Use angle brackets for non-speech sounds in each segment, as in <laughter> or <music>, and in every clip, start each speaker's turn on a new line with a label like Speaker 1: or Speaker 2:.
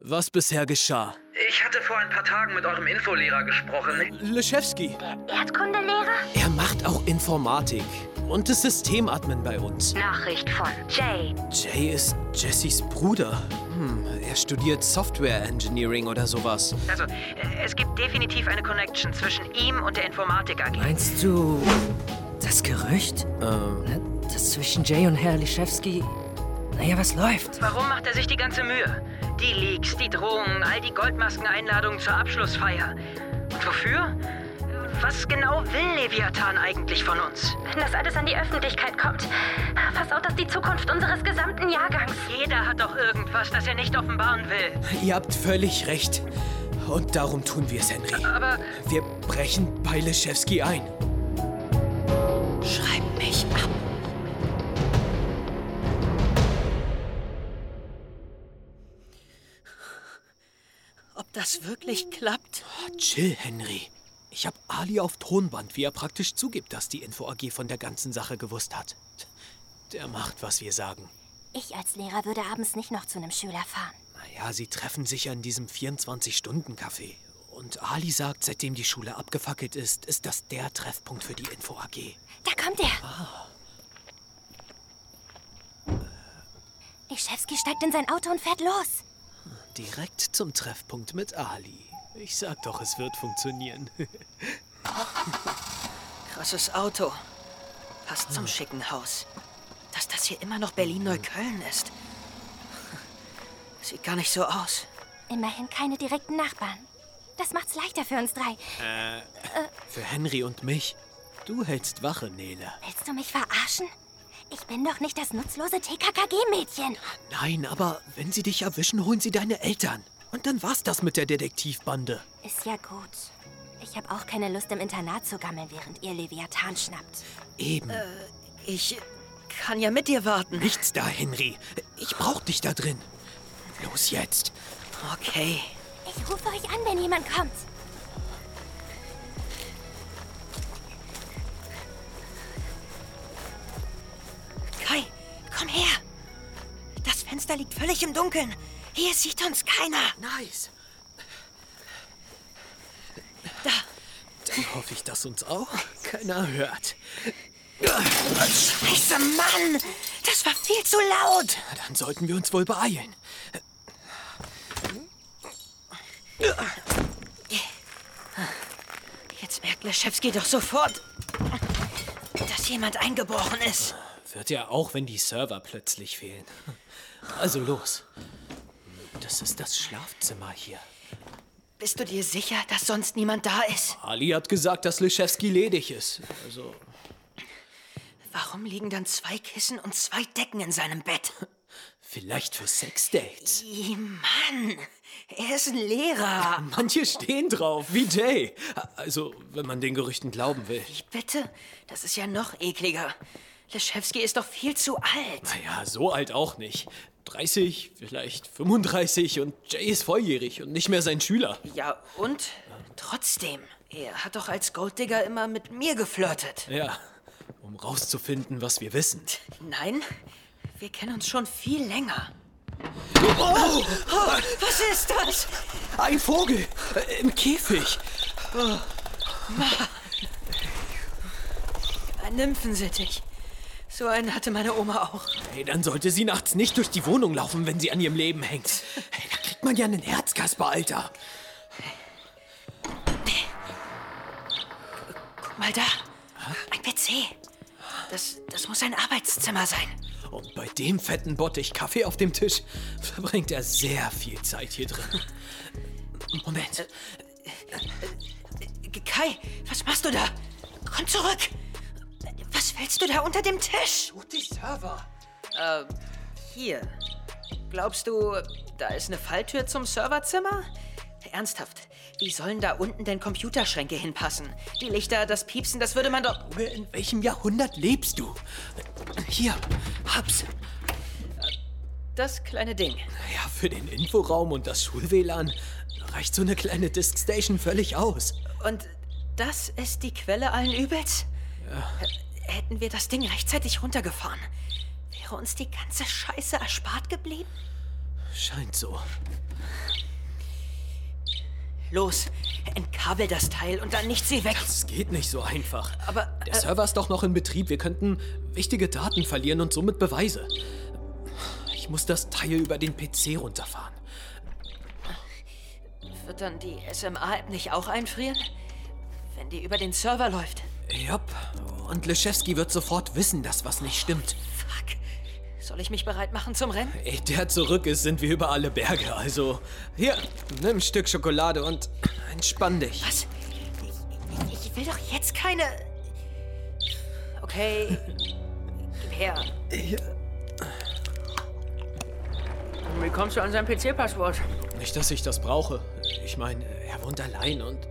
Speaker 1: was bisher geschah.
Speaker 2: Ich hatte vor ein paar Tagen mit eurem Infolehrer gesprochen.
Speaker 1: Leschewski,
Speaker 3: Erdkundelehrer?
Speaker 1: er macht auch Informatik und ist Systemadmin bei uns.
Speaker 3: Nachricht von Jay.
Speaker 1: Jay ist Jessys Bruder. Hm, er studiert Software Engineering oder sowas.
Speaker 2: Also, äh, es gibt definitiv eine Connection zwischen ihm und der Informatik AG.
Speaker 4: Meinst du das Gerücht? Ne, Das zwischen Jay und Herr Lischewski. Naja, was läuft?
Speaker 2: Warum macht er sich die ganze Mühe? Die Leaks, die Drohungen, all die Goldmaskeneinladungen zur Abschlussfeier. Und wofür? Was genau will Leviathan eigentlich von uns?
Speaker 3: Wenn das alles an die Öffentlichkeit kommt, versaut das die Zukunft unseres gesamten Jahrgangs.
Speaker 2: Jeder hat doch irgendwas, das er nicht offenbaren will.
Speaker 1: Ihr habt völlig recht. Und darum tun wir es, Henry.
Speaker 2: Aber
Speaker 1: Wir brechen bei Leschewski ein.
Speaker 4: Schreibt mich ab. Ob das wirklich klappt?
Speaker 1: Chill, Henry. Ich habe Ali auf Tonband, wie er praktisch zugibt, dass die Info AG von der ganzen Sache gewusst hat. Der macht, was wir sagen.
Speaker 3: Ich als Lehrer würde abends nicht noch zu einem Schüler fahren.
Speaker 1: Naja, sie treffen sich ja in diesem 24-Stunden-Café. Und Ali sagt, seitdem die Schule abgefackelt ist, ist das der Treffpunkt für die Info AG.
Speaker 3: Da kommt er. Lischewski steigt in sein Auto und fährt los.
Speaker 1: Direkt zum Treffpunkt mit Ali. Ich sag doch, es wird funktionieren. <laughs>
Speaker 4: Krasses Auto. Passt zum schicken Haus. Dass das hier immer noch Berlin-Neukölln ist. Sieht gar nicht so aus.
Speaker 3: Immerhin keine direkten Nachbarn. Das macht's leichter für uns drei.
Speaker 1: Für Henry und mich. Du hältst Wache, Nele.
Speaker 3: Willst du mich verarschen? Ich bin doch nicht das nutzlose TKKG-Mädchen.
Speaker 1: Nein, aber wenn sie dich erwischen, holen sie deine Eltern. Und dann war's das mit der Detektivbande.
Speaker 3: Ist ja gut. Ich habe auch keine Lust, im Internat zu gammeln, während ihr Leviathan schnappt.
Speaker 1: Eben.
Speaker 4: Ich kann ja mit dir warten.
Speaker 1: Nichts da, Henry. Ich brauch dich da drin. Los jetzt.
Speaker 4: Okay.
Speaker 3: Ich rufe euch an, wenn jemand kommt.
Speaker 4: Kai, komm her. Das Fenster liegt völlig im Dunkeln. Hier sieht uns keiner.
Speaker 1: Nice.
Speaker 4: Da.
Speaker 1: Dann hoffe ich, dass uns auch keiner hört.
Speaker 4: Scheiße, Mann. Das war viel zu laut.
Speaker 1: Na, Dann sollten wir uns wohl beeilen.
Speaker 4: Jetzt merkt Leschewski doch sofort, dass jemand eingebrochen ist.
Speaker 1: Wird ja auch, wenn die Server plötzlich fehlen. Also los. Das ist das Schlafzimmer hier.
Speaker 4: Bist du dir sicher, dass sonst niemand da ist?
Speaker 1: Ali hat gesagt, dass Leschewski ledig ist. Also,
Speaker 4: Warum liegen dann zwei Kissen und zwei Decken in seinem Bett?
Speaker 1: vielleicht für Sexdates.
Speaker 4: Ih, Mann, er ist ein Lehrer.
Speaker 1: Manche stehen drauf, wie Jay. Also, wenn man den Gerüchten glauben will.
Speaker 4: Wie bitte? Das ist ja noch ekliger. Leschewski ist doch viel zu alt.
Speaker 1: Naja, so alt auch nicht. 30, vielleicht 35 und Jay ist volljährig und nicht mehr sein Schüler.
Speaker 4: Ja, und? Trotzdem, er hat doch als Golddigger immer mit mir geflirtet.
Speaker 1: Ja, um rauszufinden, was wir wissen.
Speaker 4: Nein, wir kennen uns schon viel länger. Oh, was ist das?
Speaker 1: Ein Vogel äh, im Käfig.
Speaker 4: Ein Nymphensittich. So einen hatte meine Oma auch.
Speaker 1: Hey, dann sollte sie nachts nicht durch die Wohnung laufen, wenn sie an ihrem Leben hängt. Hey, da kriegt man ja einen Herzkasper, Alter.
Speaker 4: Guck mal da. Ein PC. Das, das muss ein Arbeitszimmer sein.
Speaker 1: Und bei dem fetten Bottich Kaffee auf dem Tisch verbringt er sehr viel Zeit hier drin. Moment.
Speaker 4: Kai, was machst du da? Komm zurück! Was fällst du da unter dem Tisch?
Speaker 1: Gut, die Server.
Speaker 4: Hier. Glaubst du, da ist eine Falltür zum Serverzimmer? Ernsthaft, wie sollen da unten denn Computerschränke hinpassen? Die Lichter, das Piepsen, das würde man doch.
Speaker 1: Äh, In welchem Jahrhundert lebst du? Hier, hab's.
Speaker 4: Das kleine Ding.
Speaker 1: Ja, für den Inforaum und das Schul-WLAN reicht so eine kleine Diskstation völlig aus.
Speaker 4: Und das ist die Quelle allen Übels? H- Hätten wir das Ding rechtzeitig runtergefahren, wäre uns die ganze Scheiße erspart geblieben?
Speaker 1: Scheint so.
Speaker 4: Los, entkabel das Teil und dann nicht sie weg.
Speaker 1: Das geht nicht so einfach.
Speaker 4: Aber,
Speaker 1: Der Server ist doch noch in Betrieb. Wir könnten wichtige Daten verlieren und somit Beweise. Ich muss das Teil über den PC runterfahren.
Speaker 4: Wird dann die SMA-App nicht auch einfrieren? Wenn die über den Server läuft.
Speaker 1: Jupp. Und Leschewski wird sofort wissen, dass was nicht stimmt.
Speaker 4: Fuck. Soll ich mich bereit machen zum Rennen?
Speaker 1: Ehe der zurück ist, sind wir über alle Berge. Also, hier, nimm ein Stück Schokolade und entspann dich.
Speaker 4: Was? Ich, ich will doch jetzt keine. Okay. Gib her. Wie kommst du an sein PC-Passwort?
Speaker 1: Nicht, dass ich das brauche. Ich meine, er wohnt allein und.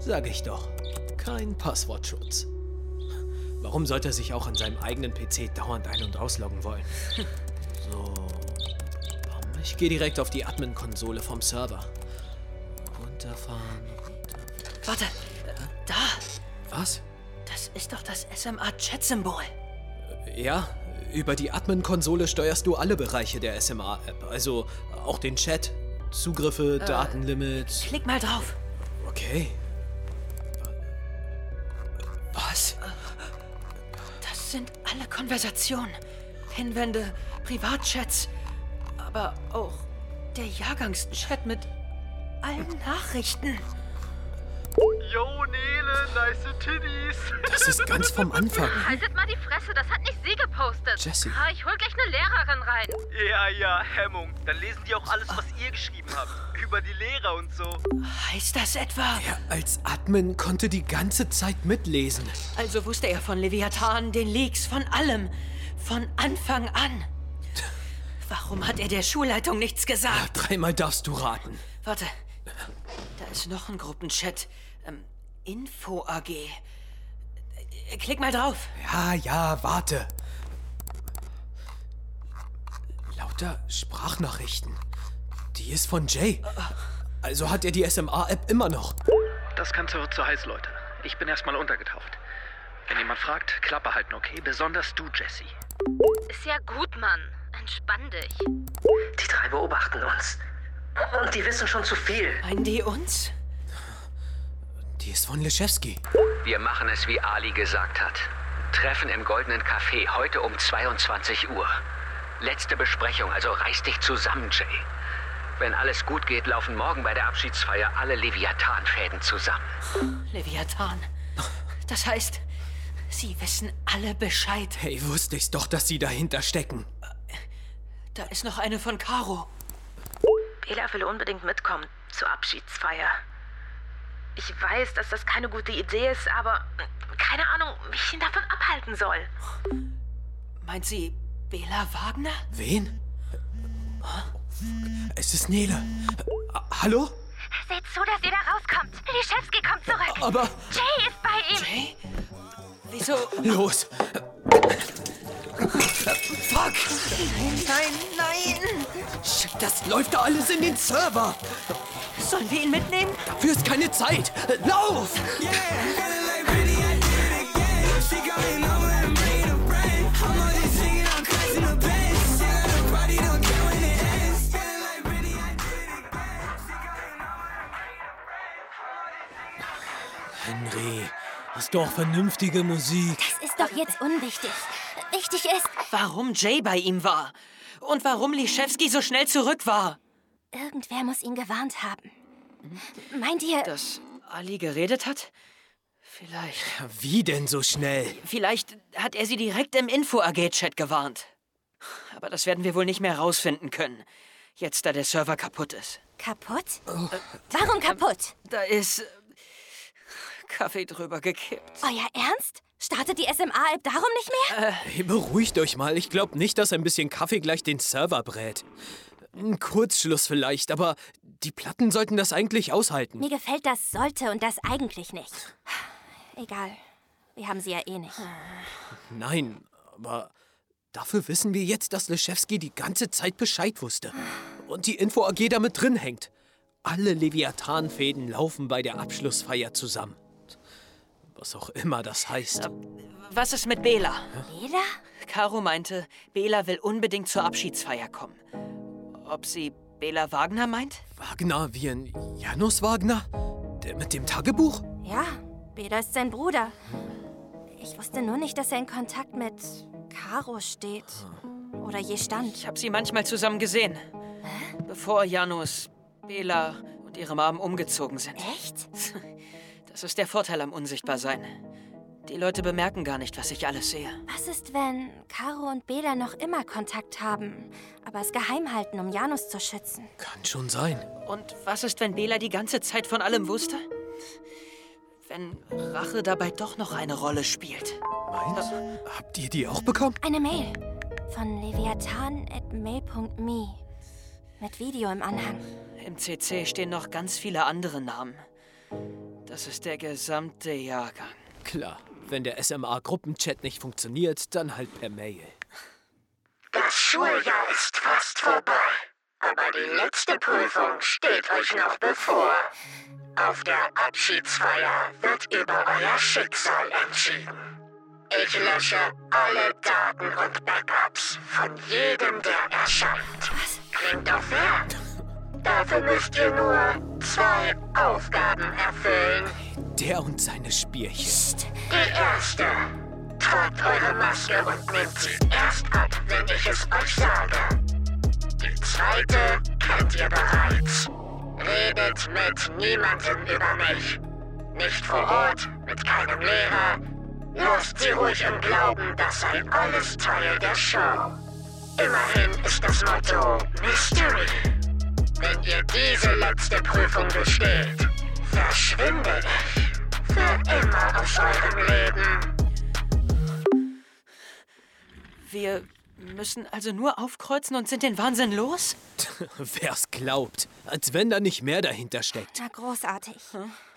Speaker 1: Sag ich doch. Kein Passwortschutz. Warum sollte er sich auch an seinem eigenen PC dauernd ein- und ausloggen wollen? So. Ich gehe direkt auf die Admin-Konsole vom Server. Runterfahren.
Speaker 4: Warte. Da.
Speaker 1: Was?
Speaker 4: Das ist doch das SMA-Chat-Symbol.
Speaker 1: Ja, über die Admin-Konsole steuerst du alle Bereiche der SMA-App, also auch den Chat, Zugriffe, Datenlimits.
Speaker 4: Klick mal drauf.
Speaker 1: Okay. Was?
Speaker 4: Das sind alle Konversationen. Hinwände, Privatchats. Aber auch der Jahrgangschat mit allen Nachrichten.
Speaker 5: Yo, Nele, nice titties.
Speaker 1: Das ist ganz vom Anfang.
Speaker 6: Haltet mal die Fresse, das hat nicht sie gepostet.
Speaker 1: Jessie.
Speaker 6: Ah, ich hol gleich eine Lehrerin rein.
Speaker 5: <laughs> Ja, ja, Hemmung. Dann lesen die auch alles, was ihr geschrieben habt. Über die Lehrer und so.
Speaker 4: Heißt das etwa?
Speaker 1: Er als Admin konnte die ganze Zeit mitlesen.
Speaker 4: Also wusste er von Leviathan, den Leaks, von allem. Von Anfang an. Warum hat er der Schulleitung nichts gesagt?
Speaker 1: Dreimal darfst du raten.
Speaker 4: Warte. Da ist noch ein Gruppenchat. Ähm, Info AG. Äh, Klick mal drauf.
Speaker 1: Ja, ja, warte. Lauter Sprachnachrichten. Die ist von Jay. Also hat er die SMA-App immer noch.
Speaker 7: Das Ganze wird zu heiß, Leute. Ich bin erstmal untergetaucht. Wenn jemand fragt, Klappe halten, okay? Besonders du, Jesse.
Speaker 6: Ist ja gut, Mann. Entspann dich.
Speaker 8: Die drei beobachten uns. Und die wissen schon zu viel.
Speaker 4: Meinen die uns?
Speaker 1: Die ist von Leschewski.
Speaker 8: Wir machen es, wie Ali gesagt hat. Treffen im Goldenen Café heute um 22 Uhr. Letzte Besprechung, also reiß dich zusammen, Jay. Wenn alles gut geht, laufen morgen bei der Abschiedsfeier alle Leviathan-Fäden zusammen.
Speaker 4: Leviathan. Das heißt, sie wissen alle Bescheid.
Speaker 1: Hey, wusste ich's doch, dass sie dahinter stecken.
Speaker 4: Da ist noch eine von Caro.
Speaker 9: Bela will unbedingt mitkommen zur Abschiedsfeier. Ich weiß, dass das keine gute Idee ist, aber mm, keine Ahnung, wie ich ihn davon abhalten soll.
Speaker 4: Meint sie Bela Wagner?
Speaker 1: Wen? Es ist Nele. Ah, Hallo?
Speaker 6: Seht zu, dass ihr da rauskommt. Lischewski kommt zurück.
Speaker 1: Aber
Speaker 6: Jay ist bei ihm.
Speaker 4: Jay? Wieso?
Speaker 1: los.
Speaker 4: Fuck! Nein, nein!
Speaker 1: Shit, Das läuft da alles in den Server.
Speaker 4: Sollen wir ihn mitnehmen?
Speaker 1: Dafür ist keine Zeit. Lauf! Henry, ist doch vernünftige Musik.
Speaker 3: Das ist doch jetzt unwichtig. Wichtig ist,
Speaker 4: Warum Jay bei ihm war? Und warum Lischewski so schnell zurück war?
Speaker 3: irgendwer muss ihn gewarnt haben. Meint ihr,
Speaker 4: Dass Ali geredet hat? Vielleicht.
Speaker 1: Wie denn so schnell?
Speaker 4: Vielleicht hat er sie direkt im Info-AG-Chat gewarnt. Aber das werden wir wohl nicht mehr rausfinden können. Jetzt, da der Server kaputt ist.
Speaker 3: kaputt? Warum kaputt?
Speaker 4: Da ist. äh, Kaffee drüber gekippt.
Speaker 3: Euer Ernst? Startet die SMA-App darum nicht mehr?
Speaker 1: Hey, beruhigt euch mal. Ich glaube nicht, dass ein bisschen Kaffee gleich den Server brät. Ein Kurzschluss vielleicht, aber die Platten sollten das eigentlich aushalten.
Speaker 3: Mir gefällt das sollte und das eigentlich nicht. Egal. Wir haben sie ja eh nicht.
Speaker 1: Nein, aber dafür wissen wir jetzt, dass Leschewski die ganze Zeit Bescheid wusste. Und die Info AG damit drin hängt. Alle Leviathan-Fäden laufen bei der Abschlussfeier zusammen. Was auch immer das heißt.
Speaker 4: Was ist mit Bela?
Speaker 3: Bela?
Speaker 4: Caro meinte, Bela will unbedingt zur Abschiedsfeier kommen. Ob sie Bela Wagner meint?
Speaker 1: Wagner wie in Janus Wagner? Der mit dem Tagebuch?
Speaker 3: Ja, Beda ist sein Bruder. Ich wusste nur nicht, dass er in Kontakt mit Caro steht. Oder je
Speaker 4: Ich
Speaker 3: stand.
Speaker 4: hab sie manchmal zusammen gesehen. Bevor Janus, Bela und ihre Mom umgezogen sind.
Speaker 3: Echt?
Speaker 4: Das ist der Vorteil am Unsichtbarsein. Die Leute bemerken gar nicht, was ich alles sehe.
Speaker 3: Was ist, wenn Caro und Bela noch immer Kontakt haben, aber es geheim halten, um Janus zu schützen?
Speaker 1: Kann schon sein.
Speaker 4: Und was ist, wenn Bela die ganze Zeit von allem wusste? Wenn Rache dabei doch noch eine Rolle spielt. Also,
Speaker 1: Meins? Habt ihr die auch bekommen?
Speaker 3: Eine Mail von leviathan.mail.me mit Video im Anhang.
Speaker 4: Im CC stehen noch ganz viele andere Namen. Das ist der gesamte Jahrgang.
Speaker 1: Klar, wenn der SMA-Gruppenchat nicht funktioniert, dann halt per Mail.
Speaker 10: Das Schuljahr ist fast vorbei, aber die letzte Prüfung steht euch noch bevor. Auf der Abschiedsfeier wird über euer Schicksal entschieden. Ich lösche alle Daten und Backups von jedem, der erscheint. Klingt doch fair. Dafür müsst ihr nur zwei Aufgaben erfüllen.
Speaker 1: Der und seine Spierchen.
Speaker 10: Die erste. Tragt eure Maske und nehmt sie erst ab, wenn ich es euch sage. Die zweite kennt ihr bereits. Redet mit niemandem über mich. Nicht vor Ort, mit keinem Lehrer. Lasst sie ruhig im Glauben, das sei alles Teil der Show. Immerhin ist das Motto Mystery. Wenn ihr diese letzte Prüfung besteht, verschwinde ich für immer aus eurem Leben.
Speaker 4: Wir müssen also nur aufkreuzen und sind den Wahnsinn los?
Speaker 1: Wer's glaubt, als wenn da nicht mehr dahinter steckt.
Speaker 3: Na, großartig.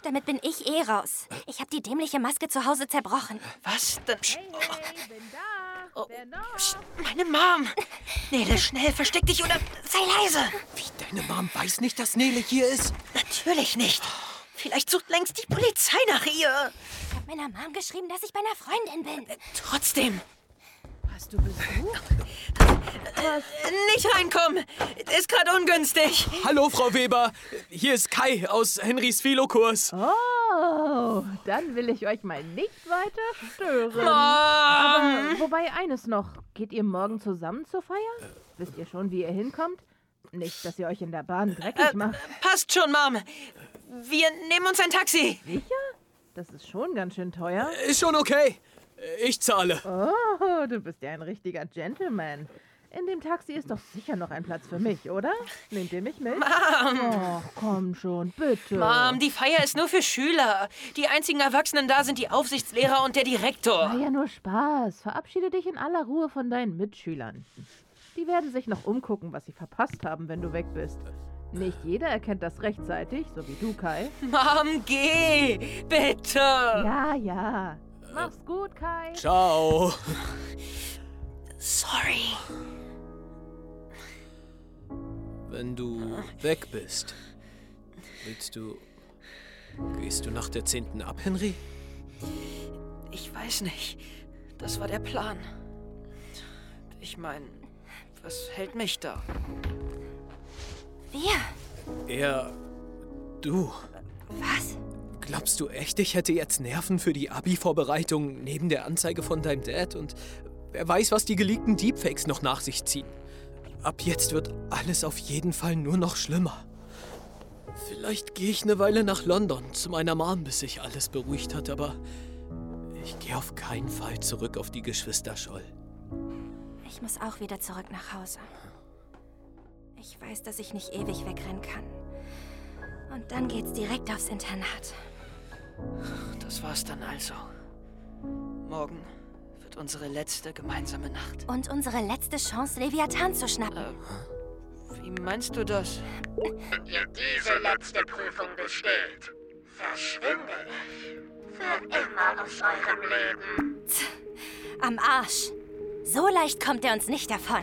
Speaker 3: Damit bin ich eh raus. Ich habe die dämliche Maske zu Hause zerbrochen.
Speaker 4: Was? Dann. Oh, psst, meine Mom! Nele, schnell, versteck dich oder sei leise!
Speaker 1: Wie, deine Mom weiß nicht, dass Nele hier ist?
Speaker 4: Natürlich nicht! Vielleicht sucht längst die Polizei nach ihr!
Speaker 3: Ich habe meiner Mom geschrieben, dass ich bei einer Freundin bin.
Speaker 4: Trotzdem! Hast du Besuch? Äh, Nicht reinkommen! Ist gerade ungünstig!
Speaker 1: Hallo, Frau Weber. Hier ist Kai aus Henrys Philokurs.
Speaker 11: Oh, dann will ich euch mal nicht weiter stören.
Speaker 4: Ah,
Speaker 11: Aber wobei eines noch. Geht ihr morgen zusammen zur Feier? Wisst ihr schon, wie ihr hinkommt? Nicht, dass ihr euch in der Bahn dreckig macht.
Speaker 4: Passt schon, Mom! Wir nehmen uns ein Taxi!
Speaker 11: Sicher? Das ist schon ganz schön teuer.
Speaker 1: Ist schon okay. Ich zahle.
Speaker 11: Oh, du bist ja ein richtiger Gentleman. In dem Taxi ist doch sicher noch ein Platz für mich, oder? Nehmt ihr mich mit? Mom! Och, komm schon, bitte.
Speaker 4: Mom, die Feier ist nur für Schüler. Die einzigen Erwachsenen da sind die Aufsichtslehrer und der Direktor.
Speaker 11: War ja nur Spaß. Verabschiede dich in aller Ruhe von deinen Mitschülern. Die werden sich noch umgucken, was sie verpasst haben, wenn du weg bist. Nicht jeder erkennt das rechtzeitig, so wie du, Kai.
Speaker 4: Mom, geh! Bitte!
Speaker 11: Ja, ja. Mach's gut, Kai.
Speaker 1: Ciao.
Speaker 4: Sorry.
Speaker 1: Wenn du weg bist, willst du. Gehst du nach der 10. ab, Henry?
Speaker 4: Ich weiß nicht. Das war der Plan. Ich meine, was hält mich da?
Speaker 3: Wir?
Speaker 1: Er. Du.
Speaker 3: Was?
Speaker 1: Glaubst du echt, ich hätte jetzt Nerven für die Abi-Vorbereitung neben der Anzeige von deinem Dad und wer weiß, was die geleakten Deepfakes noch nach sich ziehen? Ab jetzt wird alles auf jeden Fall nur noch schlimmer. Vielleicht gehe ich eine Weile nach London zu meiner Mom, bis sich alles beruhigt hat, aber ich gehe auf keinen Fall zurück auf die Geschwister Scholl.
Speaker 3: Ich muss auch wieder zurück nach Hause. Ich weiß, dass ich nicht ewig wegrennen kann. Und dann geht's direkt aufs Internat.
Speaker 4: Das war's dann also. Morgen wird unsere letzte gemeinsame Nacht.
Speaker 3: Und unsere letzte Chance, Leviathan zu schnappen.
Speaker 4: Wie meinst du das?
Speaker 10: Wenn ihr diese letzte Prüfung besteht, verschwinde ich für immer aus eurem Leben.
Speaker 3: Am Arsch. So leicht kommt er uns nicht davon.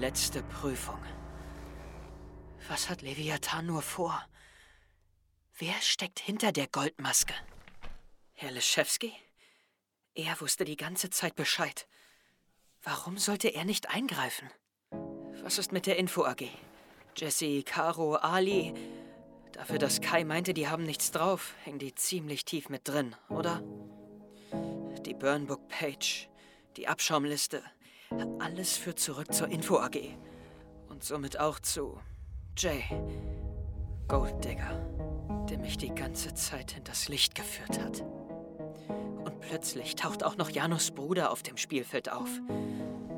Speaker 2: letzte Prüfung. Was hat Leviathan nur vor? Wer steckt hinter der Goldmaske? Herr Leschewski? Er wusste die ganze Zeit Bescheid. Warum sollte er nicht eingreifen? Was ist mit der Info AG? Jesse, Caro, Ali. Dafür, dass Kai meinte, die haben nichts drauf, hängen die ziemlich tief mit drin, oder? Die Burnbook Page, die Abschaumliste. Alles führt zurück zur Info AG. Und somit auch zu Jay, Golddigger, der mich die ganze Zeit hinters Licht geführt hat. Und plötzlich taucht auch noch Janus Bruder auf dem Spielfeld auf.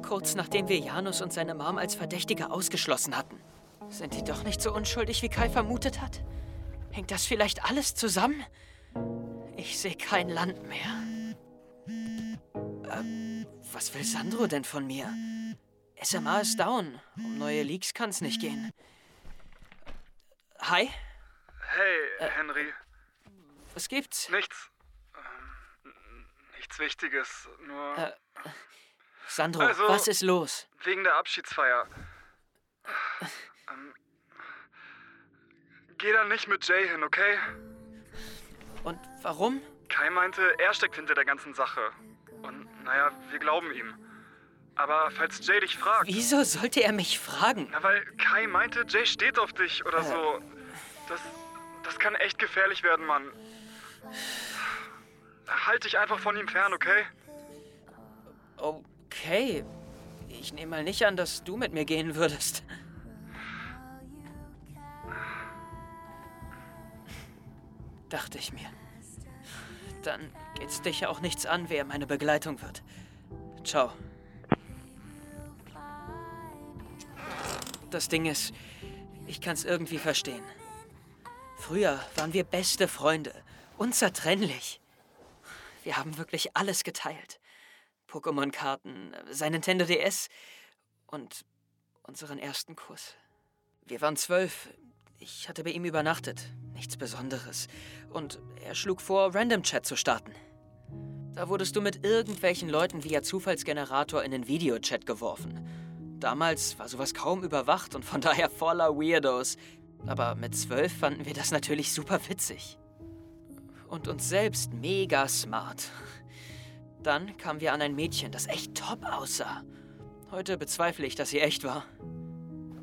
Speaker 2: Kurz nachdem wir Janus und seine Mom als Verdächtige ausgeschlossen hatten. Sind die doch nicht so unschuldig, wie Kai vermutet hat? Hängt das vielleicht alles zusammen? Ich sehe kein Land mehr. Ähm, was will Sandro denn von mir? SMA ist down. Um neue Leaks kann's nicht gehen. Hi?
Speaker 5: Hey, Henry.
Speaker 2: Was gibt's?
Speaker 5: Nichts. Ähm, nichts Wichtiges, nur.
Speaker 2: Äh, Sandro, was ist los?
Speaker 5: Wegen der Abschiedsfeier. Ähm, geh dann nicht mit Jay hin, okay?
Speaker 2: Und warum?
Speaker 5: Kai meinte, er steckt hinter der ganzen Sache. Und naja, wir glauben ihm. Aber falls Jay dich fragt.
Speaker 2: Wieso sollte er mich fragen?
Speaker 5: Na, weil Kai meinte, Jay steht auf dich oder so. Das, das kann echt gefährlich werden, Mann. Halt dich einfach von ihm fern, okay?
Speaker 2: Okay. Ich nehme mal nicht an, dass du mit mir gehen würdest. Dachte ich mir. Dann geht's dich ja auch nichts an, wer meine Begleitung wird. Ciao. Das Ding ist, ich kann's irgendwie verstehen. Früher waren wir beste Freunde, unzertrennlich. Wir haben wirklich alles geteilt. Pokémon-Karten, sein Nintendo DS und unseren ersten Kuss. Wir waren zwölf. Ich hatte bei ihm übernachtet. Nichts Besonderes. Und er schlug vor, Random Chat zu starten. Da wurdest du mit irgendwelchen Leuten via Zufallsgenerator in den Videochat geworfen. Damals war sowas kaum überwacht und von <laughs> daher voller Weirdos. Aber mit zwölf fanden wir das natürlich super witzig. Und uns selbst mega smart. Dann kamen wir an ein Mädchen, das echt top aussah. Heute bezweifle ich, dass sie echt war.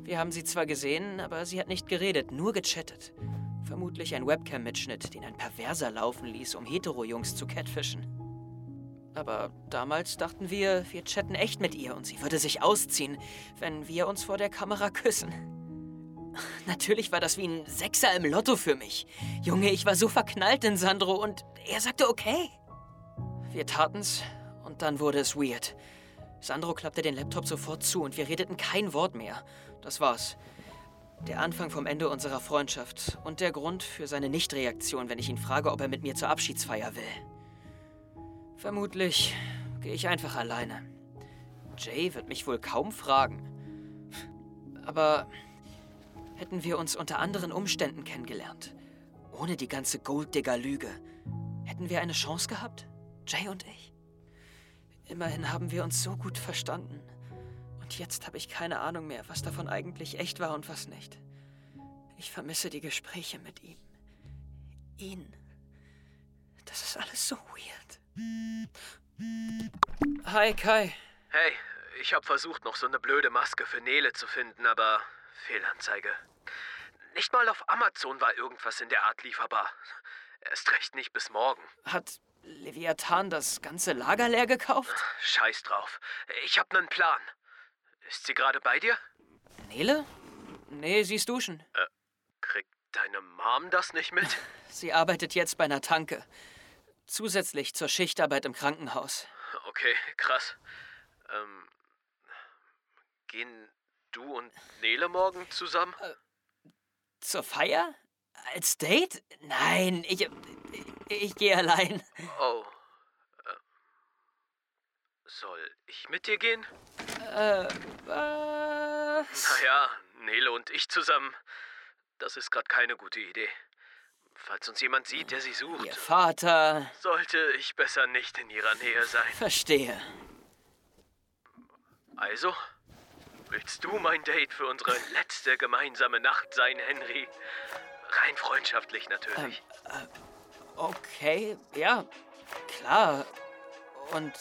Speaker 2: Wir haben sie zwar gesehen, aber sie hat nicht geredet, nur gechattet. Vermutlich ein Webcam-Mitschnitt, den ein Perverser laufen ließ, um Hetero-Jungs zu catfischen. Aber damals dachten wir, wir chatten echt mit ihr und sie würde sich ausziehen, wenn wir uns vor der Kamera küssen. Natürlich war das wie ein Sechser im Lotto für mich. Junge, ich war so verknallt in Sandro und er sagte okay. Wir taten's und dann wurde es weird. Sandro klappte den Laptop sofort zu und wir redeten kein Wort mehr. Das war's. Der Anfang vom Ende unserer Freundschaft und der Grund für seine Nichtreaktion, wenn ich ihn frage, ob er mit mir zur Abschiedsfeier will. Vermutlich gehe ich einfach alleine. Jay wird mich wohl kaum fragen. Aber hätten wir uns unter anderen Umständen kennengelernt, ohne die ganze Golddigger-Lüge, hätten wir eine Chance gehabt? Jay und ich? Immerhin haben wir uns so gut verstanden. Und jetzt habe ich keine Ahnung mehr, was davon eigentlich echt war und was nicht. Ich vermisse die Gespräche mit ihm. Ihn. Das ist alles so weird. Hi Kai.
Speaker 12: Hey, ich habe versucht, noch so eine blöde Maske für Nele zu finden, aber Fehlanzeige. Nicht mal auf Amazon war irgendwas in der Art lieferbar. Erst recht nicht bis morgen.
Speaker 2: Hat Leviathan das ganze Lager leer gekauft?
Speaker 12: Scheiß drauf. Ich hab nen Plan. Ist sie gerade bei dir?
Speaker 2: Nele? Nee, sie ist duschen.
Speaker 12: Äh, kriegt deine Mom das nicht mit?
Speaker 2: Sie arbeitet jetzt bei einer Tanke. Zusätzlich zur Schichtarbeit im Krankenhaus.
Speaker 12: Okay, krass. Ähm, gehen du und Nele morgen zusammen?
Speaker 2: Zur Feier? Als Date? Nein, ich. Ich, ich gehe allein.
Speaker 12: Oh. Äh, Soll ich mit dir gehen?
Speaker 2: Äh, was?
Speaker 12: Naja, Nele und ich zusammen. Das ist gerade keine gute Idee. Falls uns jemand sieht, der sie sucht,
Speaker 2: Ihr Vater.
Speaker 12: sollte ich besser nicht in ihrer Nähe sein.
Speaker 2: Verstehe.
Speaker 12: Also,
Speaker 5: Willst du mein Date für unsere letzte gemeinsame Nacht sein, Henry? Rein freundschaftlich natürlich.
Speaker 2: Okay, ja, klar. Und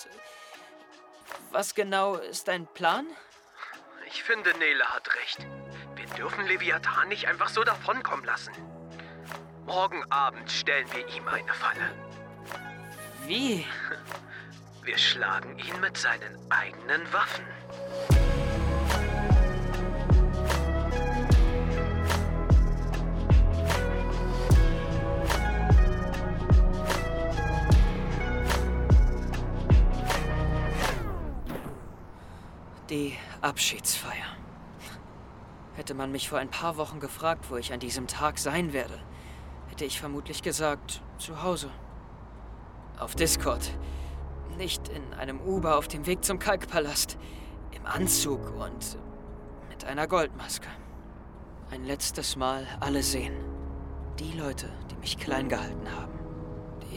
Speaker 2: was genau ist dein Plan?
Speaker 5: Ich finde, Nele hat recht. Wir dürfen Leviathan nicht einfach so davonkommen lassen. Morgen Abend stellen wir ihm eine Falle.
Speaker 2: Wie?
Speaker 5: <laughs> Wir schlagen ihn mit seinen eigenen Waffen.
Speaker 2: Die Abschiedsfeier. Hätte man mich vor ein paar Wochen gefragt, wo ich an diesem Tag sein werde, hätte ich vermutlich gesagt, zu Hause. Auf Discord. Nicht in einem Uber auf dem Weg zum Kalkpalast. Im Anzug und mit einer Goldmaske. Ein letztes Mal alle sehen. Die Leute, die mich klein gehalten haben.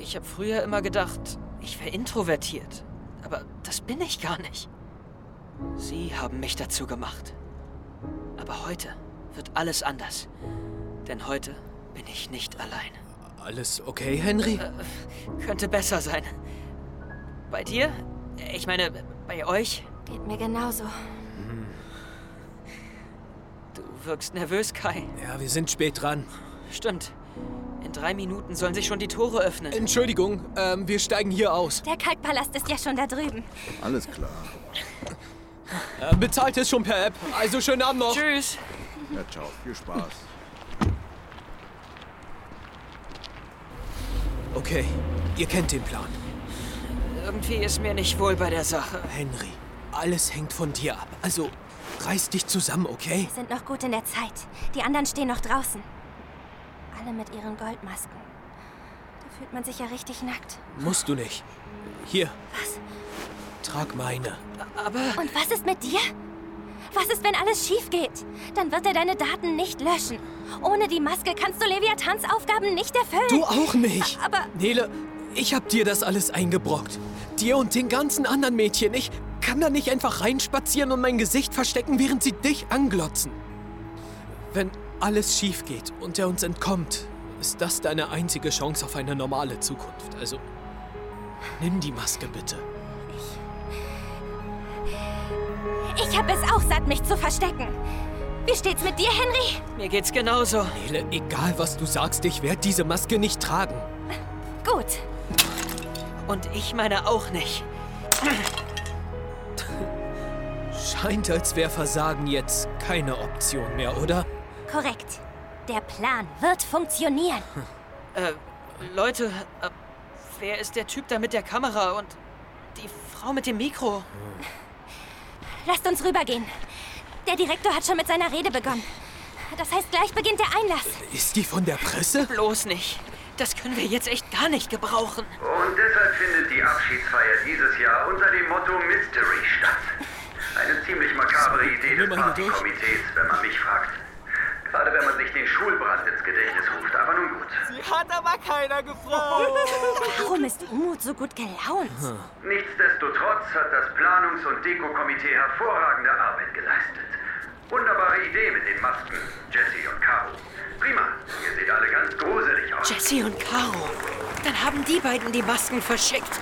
Speaker 2: Ich habe früher immer gedacht, ich wäre introvertiert. Aber das bin ich gar nicht. Sie haben mich dazu gemacht. Aber heute wird alles anders. Denn heute bin ich nicht allein.
Speaker 1: Alles okay, Henry?
Speaker 2: Äh, könnte besser sein. Bei dir? Ich meine, bei euch?
Speaker 3: Geht mir genauso.
Speaker 2: Du wirkst nervös, Kai.
Speaker 1: Ja, wir sind spät dran.
Speaker 2: Stimmt. In drei Minuten sollen sich schon die Tore öffnen.
Speaker 1: Entschuldigung, ähm, wir steigen hier aus.
Speaker 3: Der Kalkpalast ist ja schon da drüben.
Speaker 13: Alles klar.
Speaker 1: Äh, bezahlt ist schon per App. Also schönen Abend noch.
Speaker 2: Tschüss.
Speaker 13: Ja, ciao. Viel Spaß.
Speaker 1: Okay, ihr kennt den Plan.
Speaker 2: Irgendwie ist mir nicht wohl bei der Sache.
Speaker 1: Henry, alles hängt von dir ab. Also reiß dich zusammen, okay?
Speaker 3: Wir sind noch gut in der Zeit. Die anderen stehen noch draußen. Alle mit ihren Goldmasken. Da fühlt man sich ja richtig nackt.
Speaker 1: Musst du nicht. Hier,
Speaker 3: Was?
Speaker 1: trag meine.
Speaker 2: Aber.
Speaker 3: Und was ist mit dir? Was ist, wenn alles schief geht? Dann wird er deine Daten nicht löschen. Ohne die Maske kannst du Leviathans Aufgaben nicht erfüllen.
Speaker 1: Du auch nicht.
Speaker 3: Aber
Speaker 1: Nele, ich hab dir das alles eingebrockt. Dir und den ganzen anderen Mädchen. Ich kann da nicht einfach reinspazieren und mein Gesicht verstecken, während sie dich anglotzen. Wenn alles schief geht und er uns entkommt, ist das deine einzige Chance auf eine normale Zukunft. Also, nimm die Maske bitte.
Speaker 3: ich habe es auch satt, mich zu verstecken. Wie steht's mit dir, Henry?
Speaker 2: Mir geht's genauso.
Speaker 1: Nele, egal was du sagst, ich werde diese Maske nicht tragen.
Speaker 3: Gut.
Speaker 2: Und ich meine auch nicht.
Speaker 1: Scheint, als wäre Versagen jetzt keine Option mehr, oder?
Speaker 3: Korrekt. Der Plan wird funktionieren.
Speaker 2: Äh, Leute, äh, wer ist der Typ da mit der Kamera und die Frau mit dem Mikro?
Speaker 3: Lasst uns rübergehen. Der Direktor hat schon mit seiner Rede begonnen. Das heißt, gleich beginnt der Einlass.
Speaker 1: Ist die von der Presse?
Speaker 2: Bloß nicht. Das können wir jetzt echt gar nicht gebrauchen.
Speaker 12: Und deshalb findet die Abschiedsfeier dieses Jahr unter dem Motto Mystery statt. Eine ziemlich makabere Idee des Partykomitees, wenn man mich fragt. Gerade wenn man sich den Schulbrand ins Gedächtnis ruft, aber nun gut.
Speaker 4: Hat aber keiner gefragt.
Speaker 3: Warum ist Umut so gut gelaunt?
Speaker 12: Nichtsdestotrotz hat das Planungs- und Dekokomitee hervorragende Arbeit geleistet. Wunderbare Idee mit den Masken, Jesse und Caro. Prima, ihr seht alle ganz gruselig aus.
Speaker 2: Jesse und Caro. Dann haben die beiden die Masken verschickt.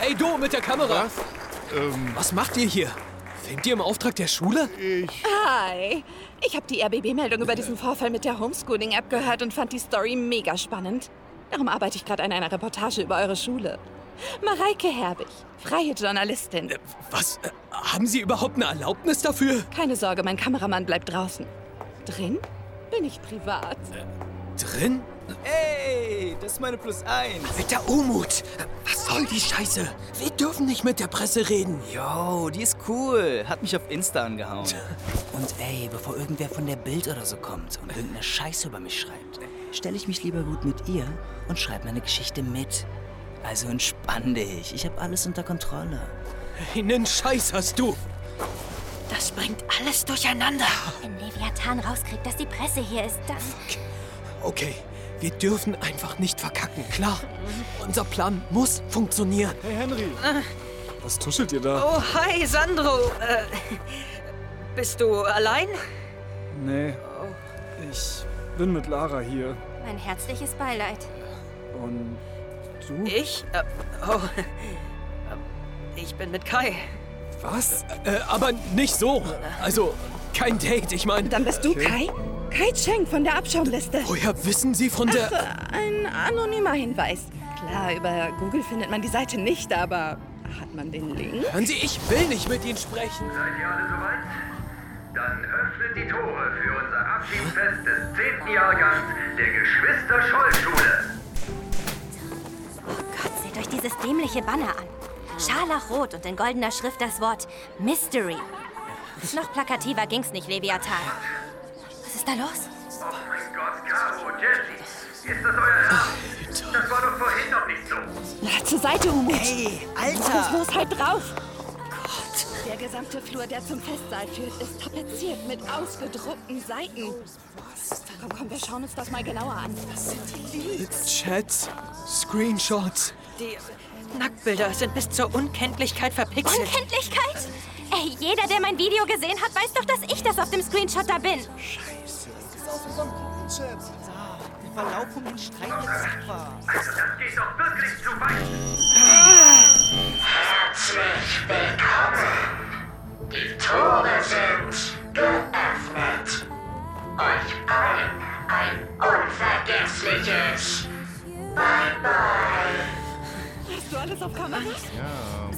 Speaker 1: Ey, du mit der Kamera! Was? Ähm. Was macht ihr hier? Filmt ihr im Auftrag der Schule? Ich.
Speaker 14: Hi. Ich habe die RBB-Meldung über diesen Vorfall mit der Homeschooling-App gehört und fand die Story mega spannend. Darum arbeite ich gerade an einer Reportage über eure Schule. Mareike Herbig, freie Journalistin.
Speaker 1: Was? Äh, haben Sie überhaupt eine Erlaubnis dafür?
Speaker 14: Keine Sorge, mein Kameramann bleibt draußen. Drin bin ich privat.
Speaker 1: Äh, Drin?
Speaker 4: Ey, das ist meine Plus eins.
Speaker 1: Alter Umut! Äh, Was soll die Scheiße? Wir dürfen nicht mit der Presse reden.
Speaker 4: Yo, die ist cool. Hat mich auf Insta angehauen. <laughs> Und ey, bevor irgendwer von der Bild oder so kommt und irgendeine Scheiße über mich schreibt, stelle ich mich lieber gut mit ihr und schreibe meine Geschichte mit. Also entspann dich. Ich habe alles unter Kontrolle.
Speaker 1: Einen Scheiß hast du.
Speaker 2: Das bringt alles durcheinander.
Speaker 3: Wenn Leviathan rauskriegt, dass die Presse hier ist, dann.
Speaker 1: Okay, wir dürfen einfach nicht verkacken, klar? Unser Plan muss funktionieren.
Speaker 15: Hey Henry, was tuschelt ihr da?
Speaker 2: Oh, hi, Sandro. Äh,
Speaker 4: Bist du allein?
Speaker 16: Nee. Ich bin mit Lara hier.
Speaker 3: Mein herzliches Beileid.
Speaker 16: Und du?
Speaker 4: Ich? Äh, oh. Ich bin mit Kai.
Speaker 1: Was? Äh, aber nicht so. Also, kein Date, ich meine.
Speaker 17: Dann bist du Kai? Kai Cheng von der Abschaumliste.
Speaker 1: Woher wissen Sie von der.
Speaker 17: Ach, äh, ein anonymer Hinweis. Klar, über Google findet man die Seite nicht, aber hat man den Link?
Speaker 1: Hören Sie, ich will nicht mit Ihnen sprechen.
Speaker 12: Seid ihr alle soweit? Dann öffnet die Tore für unser Abschiedsfest des 10. Jahrgangs der Geschwister-Scholl-Schule.
Speaker 3: Gott, seht euch dieses dämliche Banner an. Scharlachrot und in goldener Schrift das Wort Mystery. Noch plakativer ging's nicht, Leviathan. Was ist da los?
Speaker 12: Oh mein Gott, Caro, Jesse, ist das euer Ernst? Das war doch vorhin noch nicht so.
Speaker 17: Na, zur Seite, Umut.
Speaker 18: Hey,
Speaker 17: Alter! Los, halt drauf! Gott! Der gesamte Flur, der zum Festsaal führt, ist tapeziert mit ausgedruckten Seiten. Was? Komm, komm, wir schauen uns das mal genauer an. Was sind die
Speaker 1: Chats, Screenshots.
Speaker 4: Die Nacktbilder sind bis zur Unkenntlichkeit verpixelt.
Speaker 3: Unkenntlichkeit? Ey, jeder, der mein Video gesehen hat, weiß doch, dass ich das auf dem Screenshot da bin.
Speaker 19: Verlaufung den Streit jetzt sichtbar.
Speaker 10: Herzlich willkommen. Die Tore sind geöffnet. Euch allen ein unvergessliches Bye-bye.
Speaker 17: Hast du alles auf Kamera?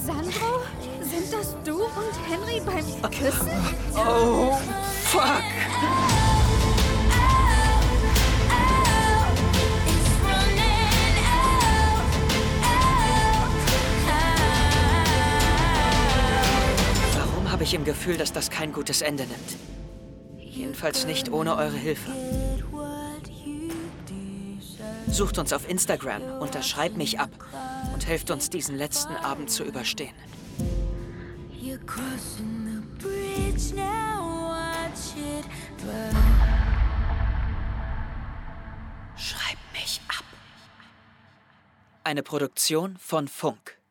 Speaker 20: Sandro, sind das du und Henry beim Küssen?
Speaker 4: Oh, fuck. Warum habe ich im Gefühl, dass das kein gutes Ende nimmt? Jedenfalls nicht ohne eure Hilfe. Sucht uns auf Instagram, unterschreibt mich ab und helft uns, diesen letzten Abend zu überstehen.
Speaker 20: You're crossing the bridge now, watch it burn.
Speaker 4: Schreibt mich ab. Eine Produktion von Funk.